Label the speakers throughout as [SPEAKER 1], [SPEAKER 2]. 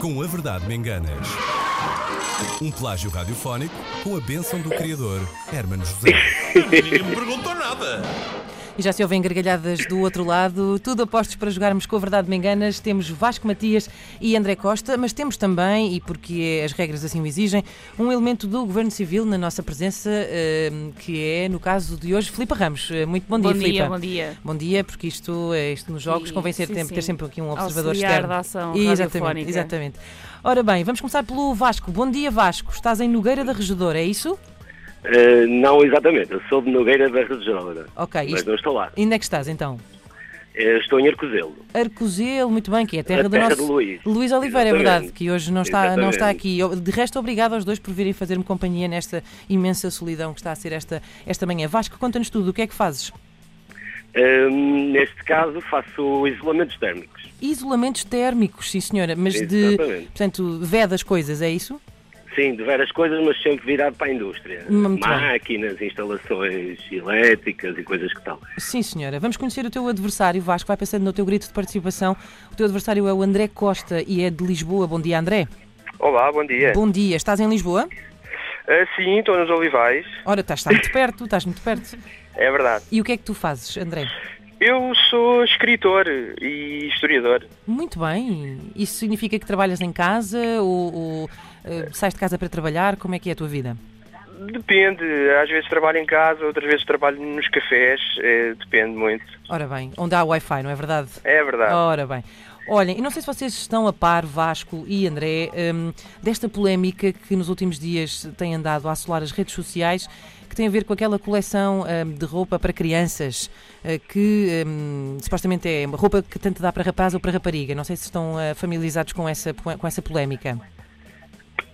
[SPEAKER 1] Com a Verdade Me Enganas. Um plágio radiofónico com a bênção do criador, Hermano José.
[SPEAKER 2] Ninguém me perguntou nada.
[SPEAKER 3] E já se ouvem gargalhadas do outro lado. Tudo apostos para jogarmos com a Verdade Me Enganas. Temos Vasco Matias e André Costa, mas temos também, e porque as regras assim o exigem, um elemento do Governo Civil na nossa presença, eh, que é, no caso de hoje, Filipa Ramos. Eh, Muito bom,
[SPEAKER 4] Bom
[SPEAKER 3] dia,
[SPEAKER 4] dia,
[SPEAKER 3] Filipa.
[SPEAKER 4] bom dia.
[SPEAKER 3] Bom dia, porque isto, eh, isto nos jogos
[SPEAKER 4] Sim,
[SPEAKER 3] convém ser
[SPEAKER 4] sim,
[SPEAKER 3] tempo- ter
[SPEAKER 4] sim.
[SPEAKER 3] sempre aqui um observador
[SPEAKER 4] Auxiliar
[SPEAKER 3] externo.
[SPEAKER 4] da ação
[SPEAKER 3] exatamente,
[SPEAKER 4] radiofónica.
[SPEAKER 3] exatamente. Ora bem, vamos começar pelo Vasco. Bom dia, Vasco. Estás em Nogueira da Regedora, é isso?
[SPEAKER 5] Eh, não exatamente, eu sou de Nogueira da Região,
[SPEAKER 3] Ok.
[SPEAKER 5] mas não estou lá.
[SPEAKER 3] E onde é que estás então?
[SPEAKER 5] Eh, estou em Arcozelo.
[SPEAKER 3] Arcozelo, muito bem, que é a terra,
[SPEAKER 5] A terra
[SPEAKER 3] do nosso
[SPEAKER 5] de Luís.
[SPEAKER 3] Oliveira, é
[SPEAKER 5] Exatamente.
[SPEAKER 3] verdade, que hoje não está, não
[SPEAKER 5] Exatamente.
[SPEAKER 3] está aqui. Eu, De resto, obrigado aos dois por virem fazer-me companhia nesta imensa solidão que está a ser esta, esta manhã. Vasco, conta-nos tudo, o que é que fazes?
[SPEAKER 5] Eh, neste caso faço isolamentos térmicos.
[SPEAKER 3] Isolamentos térmicos, sim senhora, mas de,
[SPEAKER 5] Exatamente.
[SPEAKER 3] portanto, vedas coisas, é isso?
[SPEAKER 5] Sim, de várias coisas, mas sempre virado para a indústria.
[SPEAKER 3] Hum, Muito bem.
[SPEAKER 5] Máquinas, instalações elétricas e coisas que tal.
[SPEAKER 3] Sim senhora, vamos conhecer o teu adversário, Vasco, vai pensando no teu grito de participação. O teu adversário é o André Costa e é de Lisboa. Bom dia, André.
[SPEAKER 6] Olá, bom
[SPEAKER 5] É.
[SPEAKER 6] dia.
[SPEAKER 3] Bom dia, estás em Lisboa?
[SPEAKER 6] Ah, sim, estou nos Olivais,
[SPEAKER 3] Ora, estás, estás muito perto, estás muito perto.
[SPEAKER 6] é verdade.
[SPEAKER 3] E o que é que tu fazes, André?
[SPEAKER 6] Eu sou escritor e historiador.
[SPEAKER 3] Muito bem. Isso significa que trabalhas em casa ou, ou, eh, sais de casa para trabalhar? Como é que é a tua vida?
[SPEAKER 6] Depende, às vezes trabalho em casa, outras vezes trabalho nos cafés, eh, depende muito.
[SPEAKER 3] Ora bem, onde há Wi-Fi, não é verdade?
[SPEAKER 6] É verdade.
[SPEAKER 3] Ora bem. Olhem, eu não sei se vocês estão a par, Vasco e André, hum, desta polémica que nos últimos dias tem andado a assolar as redes sociais, que tem a ver com aquela coleção hum, de roupa para crianças, eh, que hum, supostamente é uma roupa que tanto dá para rapaz ou para rapariga. Não sei se estão eh, familiarizados com essa, com essa polémica.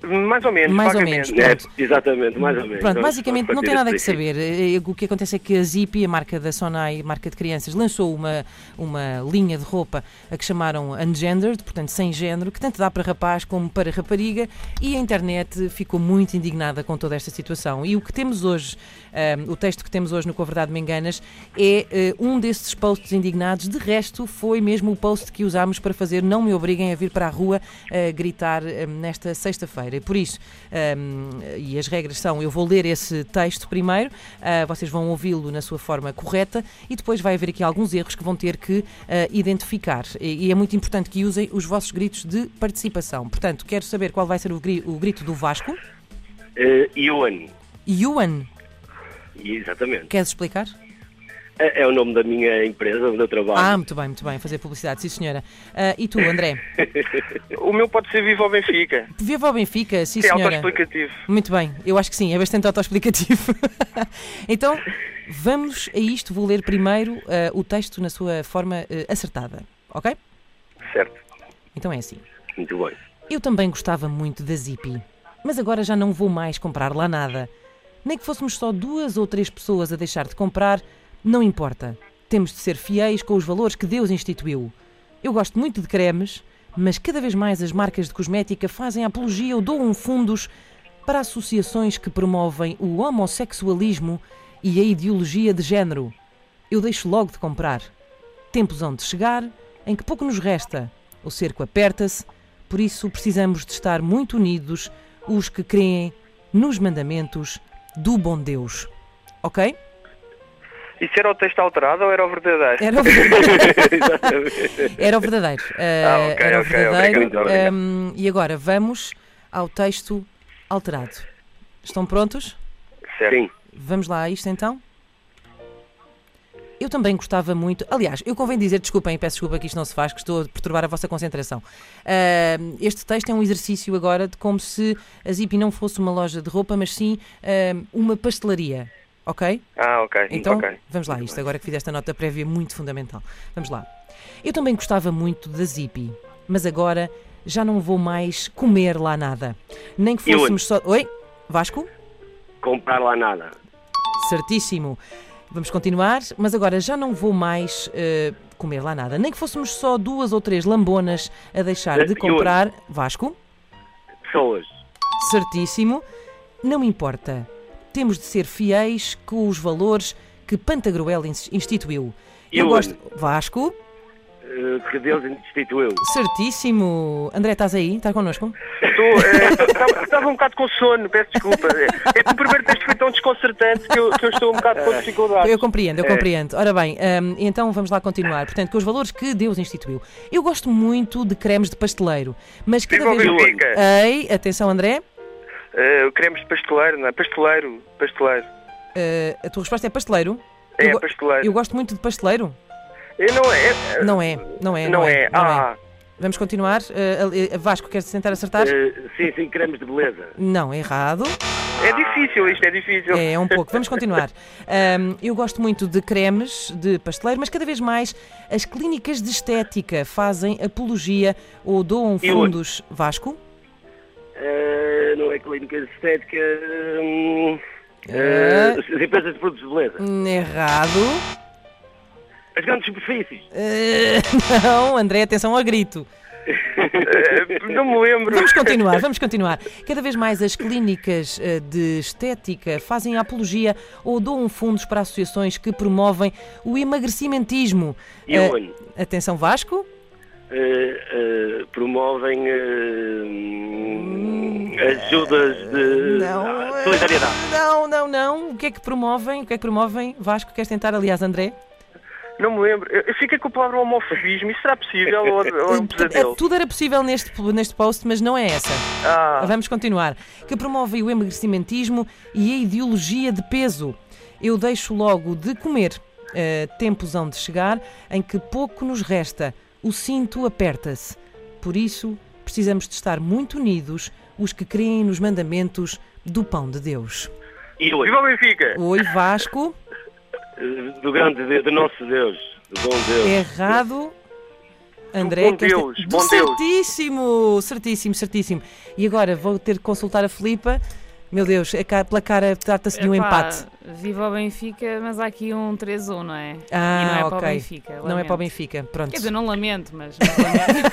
[SPEAKER 6] Mais ou menos,
[SPEAKER 3] Oh. Mais ou
[SPEAKER 6] vagamente.
[SPEAKER 3] menos. Pronto.
[SPEAKER 5] É, exatamente, mais ou menos.
[SPEAKER 3] Pronto,
[SPEAKER 5] Vamos
[SPEAKER 3] basicamente não
[SPEAKER 5] partir
[SPEAKER 3] tem nada que
[SPEAKER 5] desse princípio.
[SPEAKER 3] saber. Eh, O que acontece é que a Zippy, a marca da Sonai, marca de crianças, lançou uma, uma linha de roupa a que chamaram Ungendered, portanto sem género, que tanto dá para rapaz como para rapariga, e a internet ficou muito indignada com toda esta situação. E o que temos hoje, eh, o texto que temos hoje no Com a Verdade Me Enganas, é eh, um desses posts indignados. De resto, foi mesmo o post que usámos para fazer Não Me Obriguem a Vir para a Rua eh, gritar eh, nesta sexta-feira. E Por isso, eh, e as regras são: eu vou ler esse texto primeiro, eh, vocês vão ouvi-lo na sua forma correta e depois vai haver aqui alguns erros que vão ter que eh, identificar. E, e é muito importante que usem os vossos gritos de participação. Portanto, quero saber qual vai ser o, gri- o grito do Vasco.
[SPEAKER 5] Eh, Ioane,
[SPEAKER 3] Yuan,
[SPEAKER 5] exatamente.
[SPEAKER 3] queres explicar?
[SPEAKER 5] É, é o nome da minha empresa, onde eu
[SPEAKER 3] Ah,
[SPEAKER 5] trabalho.
[SPEAKER 3] muito bem, muito bem, fazer publicidade, sim senhora. Eh, e tu, André?
[SPEAKER 6] É, O meu pode ser vivo ao Benfica,
[SPEAKER 3] Viva ao Benfica, sim
[SPEAKER 6] que é
[SPEAKER 3] senhora.
[SPEAKER 6] autoexplicativo.
[SPEAKER 3] Muito bem, eu acho que sim, é bastante autoexplicativo. então, vamos a isto, vou ler primeiro ah, o texto na sua forma ah, acertada, ok? Ah.
[SPEAKER 5] Certo,
[SPEAKER 3] Então é assim.
[SPEAKER 5] muito bem.
[SPEAKER 3] Eu também gostava muito da Zippy, mas agora já não vou mais comprar lá nada. Nem que fôssemos só duas ou três pessoas a deixar de comprar, não importa. Temos de ser fiéis com os valores que Deus instituiu. Eu gosto muito de cremes, mas cada vez mais as marcas de cosmética fazem apologia ou doam fundos para associações que promovem o homossexualismo e a ideologia de género. Eu deixo logo de comprar. Tempos hão de chegar em que pouco nos resta. O cerco aperta-se, por isso precisamos de estar muito unidos os que creem nos mandamentos do bom Deus. Ok?
[SPEAKER 6] Isso era o texto alterado ou era o verdadeiro?
[SPEAKER 3] Era o verdadeiro. era o verdadeiro. Eh,
[SPEAKER 6] Ah, ok,
[SPEAKER 3] era o
[SPEAKER 6] ok,
[SPEAKER 3] verdadeiro.
[SPEAKER 6] obrigado, obrigado.
[SPEAKER 3] Hum, e agora vamos ao texto alterado. Estão prontos?
[SPEAKER 6] Certo.
[SPEAKER 5] Sim,
[SPEAKER 3] Vamos lá a isto então? Eu também gostava muito. Aliás, eu convém dizer, desculpem, peço desculpa que isto não se faz, que estou a perturbar a vossa concentração. Ah, este texto é um exercício agora de como se a Zipi não fosse uma loja de roupa, mas sim ah, uma pastelaria. Ok?
[SPEAKER 6] Ah, ok.
[SPEAKER 3] Então,
[SPEAKER 6] ok.
[SPEAKER 3] vamos lá, isto agora que fiz esta nota prévia muito fundamental. Vamos lá. Eu também gostava muito da Zippy, mas agora já não vou mais comer lá nada. Nem que
[SPEAKER 5] Eu-
[SPEAKER 3] fôssemos só. Oi? Vasco?
[SPEAKER 5] comprar lá nada.
[SPEAKER 3] Certíssimo. Vamos continuar, mas agora já não vou mais eh, comer lá nada. Nem que fôssemos só duas ou três lambonas a deixar de
[SPEAKER 5] Eh,
[SPEAKER 3] comprar. Vasco?
[SPEAKER 5] Pessoas,
[SPEAKER 3] certíssimo. Não importa. Temos de ser fiéis com os valores que Pantagruel ins- instituiu.
[SPEAKER 5] Eu
[SPEAKER 3] Vasco,
[SPEAKER 5] Eh, que Deus instituiu.
[SPEAKER 3] certíssimo. André, estás aí? Estás connosco?
[SPEAKER 6] Estava um bocado com sono, peço desculpa. É que o primeiro texto foi tão desconcertante que eu, que eu estou um bocado com
[SPEAKER 3] É.
[SPEAKER 6] dificuldade.
[SPEAKER 3] Eu compreendo, eu
[SPEAKER 6] É.
[SPEAKER 3] compreendo. Ora bem, hum, então vamos lá continuar. Portanto, com os valores que Deus instituiu. Eu gosto muito de cremes de pasteleiro, mas cada
[SPEAKER 6] Viva o
[SPEAKER 3] vez...
[SPEAKER 6] Benfica!
[SPEAKER 3] Ei, atenção André,
[SPEAKER 6] Eh, Queremos pasteleiro, não é? Pasteleiro, pasteleiro.
[SPEAKER 3] eh, a tua resposta é pasteleiro?
[SPEAKER 6] É,
[SPEAKER 3] eu, go-
[SPEAKER 6] pasteleiro.
[SPEAKER 3] eu gosto muito de pasteleiro?
[SPEAKER 6] Eu não é.
[SPEAKER 3] Não é, não é, não,
[SPEAKER 6] Não é.
[SPEAKER 3] não
[SPEAKER 6] Ah,
[SPEAKER 3] Vamos continuar. Eh, eh, Vasco, queres tentar acertar?
[SPEAKER 5] Eh, sim, sim, cremes de beleza.
[SPEAKER 3] Não, errado.
[SPEAKER 6] é difícil, isto é difícil.
[SPEAKER 3] É, um pouco. Vamos continuar. Hum, eu gosto muito de cremes de pasteleiro, mas cada vez mais as clínicas de estética fazem apologia ou doam
[SPEAKER 6] E onde?
[SPEAKER 3] fundos. Vasco?
[SPEAKER 5] Eh, não é clínica de estética. hum,
[SPEAKER 3] Eh.
[SPEAKER 5] eh, as empresas de produtos de beleza.
[SPEAKER 3] Errado.
[SPEAKER 5] As grandes superfícies.
[SPEAKER 3] Eh, não, André, atenção ao grito.
[SPEAKER 6] Eh, Não me lembro.
[SPEAKER 3] Vamos continuar, vamos continuar. Cada vez mais as clínicas eh, de estética fazem apologia ou doam fundos para associações que promovem o emagrecimentismo.
[SPEAKER 5] E
[SPEAKER 3] Eh,
[SPEAKER 5] onde?
[SPEAKER 3] atenção, Vasco.
[SPEAKER 5] Eh, eh, promovem eh, hum, ajudas de
[SPEAKER 3] eh,
[SPEAKER 5] ah, solidariedade.
[SPEAKER 3] Não, não, não. O que é que promovem? O que é que promovem? Vasco, queres tentar, aliás, André?
[SPEAKER 6] Não me lembro. Eu eu fiquei com a palavra homofobismo. Isso será possível ou, ou é um
[SPEAKER 3] Eh,
[SPEAKER 6] pesadelo?
[SPEAKER 3] Tudo era possível neste, neste post, mas não é essa.
[SPEAKER 6] Ah,
[SPEAKER 3] Vamos continuar. Que promove o emagrecimentismo e a ideologia de peso. Eu deixo logo de comer. Eh, tempos hão de chegar em que pouco nos resta. O cinto aperta-se. Por isso, precisamos de estar muito unidos os que creem nos mandamentos do pão de Deus.
[SPEAKER 5] E hoje?
[SPEAKER 6] viva o Benfica!
[SPEAKER 3] Oi, Vasco.
[SPEAKER 5] Eh, Do grande Deus, do nosso Deus, do bom Deus.
[SPEAKER 3] Errado. André,
[SPEAKER 6] bom
[SPEAKER 3] queres ter-
[SPEAKER 6] Deus,
[SPEAKER 3] Do
[SPEAKER 6] bom Deus.
[SPEAKER 3] certíssimo, certíssimo, certíssimo. E agora vou ter que consultar a Filipa. Meu Deus, a ca- pela cara trata-se de um
[SPEAKER 4] Epá,
[SPEAKER 3] empate.
[SPEAKER 4] Viva o Benfica, mas há aqui um 3-1, não é?
[SPEAKER 3] Ah,
[SPEAKER 4] e não é
[SPEAKER 3] ok.
[SPEAKER 4] para o Benfica.
[SPEAKER 3] Não é
[SPEAKER 4] lamento.
[SPEAKER 3] para o Benfica, é pronto.
[SPEAKER 4] Quer dizer, não lamento, mas mas lamento.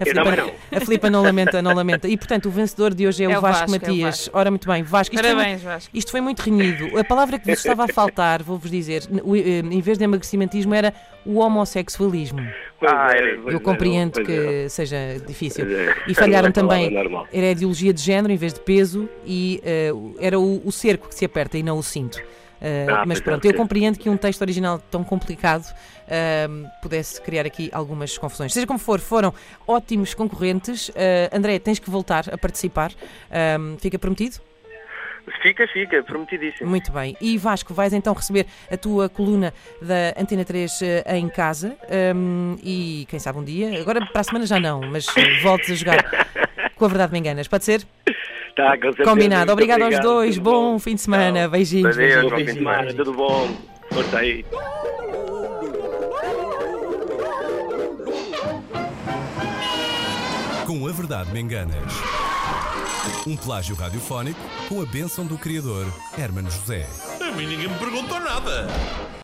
[SPEAKER 3] a, Filipa,
[SPEAKER 5] também não.
[SPEAKER 3] a Filipa não lamenta, não lamenta. E portanto, o vencedor de hoje é,
[SPEAKER 4] É
[SPEAKER 3] o
[SPEAKER 4] o
[SPEAKER 3] Vasco,
[SPEAKER 4] Vasco, é o
[SPEAKER 3] Matias.
[SPEAKER 4] Vasco.
[SPEAKER 3] Ora, muito bem, Vasco. Isto foi muito-
[SPEAKER 4] parabéns, Vasco.
[SPEAKER 3] Isto foi muito renhido. A palavra que vos estava a faltar, vou-vos dizer, o- eh, em vez de emagrecimentismo, era o homossexualismo.
[SPEAKER 5] Pois
[SPEAKER 6] Ah,
[SPEAKER 5] é,
[SPEAKER 6] era-
[SPEAKER 5] pois
[SPEAKER 3] Eu
[SPEAKER 5] é,
[SPEAKER 3] compreendo
[SPEAKER 5] pois é.
[SPEAKER 3] que seja difícil.
[SPEAKER 5] Pois é.
[SPEAKER 3] E falharam
[SPEAKER 5] Era uma
[SPEAKER 3] também.
[SPEAKER 5] palavra normal.
[SPEAKER 3] Era a ideologia de género em vez de peso e eh, o- era o, o cerco que se aperta e não o cinto. Eh,
[SPEAKER 5] Ah,
[SPEAKER 3] mas
[SPEAKER 5] pois é,
[SPEAKER 3] pronto,
[SPEAKER 5] sim.
[SPEAKER 3] eu compreendo que um texto original tão complicado ehm, pudesse criar aqui algumas confusões. Seja como for, foram ótimos concorrentes. Eh, André, tens que voltar a participar. Ehm, fica prometido?
[SPEAKER 6] Fica, fica, prometidíssimo.
[SPEAKER 3] Muito bem. E Vasco, vais então receber a tua coluna da Antena 3 eh, em casa hum, e quem sabe um dia, agora para a semana já não, mas eh, voltes a jogar com a verdade me enganas. Pode ser?
[SPEAKER 5] Tá, com certeza.
[SPEAKER 3] Combinado.
[SPEAKER 5] Muito
[SPEAKER 3] Obrigado, aos dois.
[SPEAKER 5] tudo
[SPEAKER 3] Bom, fim de semana. Beijinhos.
[SPEAKER 6] Adeus.
[SPEAKER 5] Bom
[SPEAKER 3] beijinhos.
[SPEAKER 5] fim de semana, tudo bom. Força aí.
[SPEAKER 1] Com a verdade me enganas. Um plágio radiofónico com a bênção do criador Hermano José.
[SPEAKER 2] A mim ninguém me perguntou nada.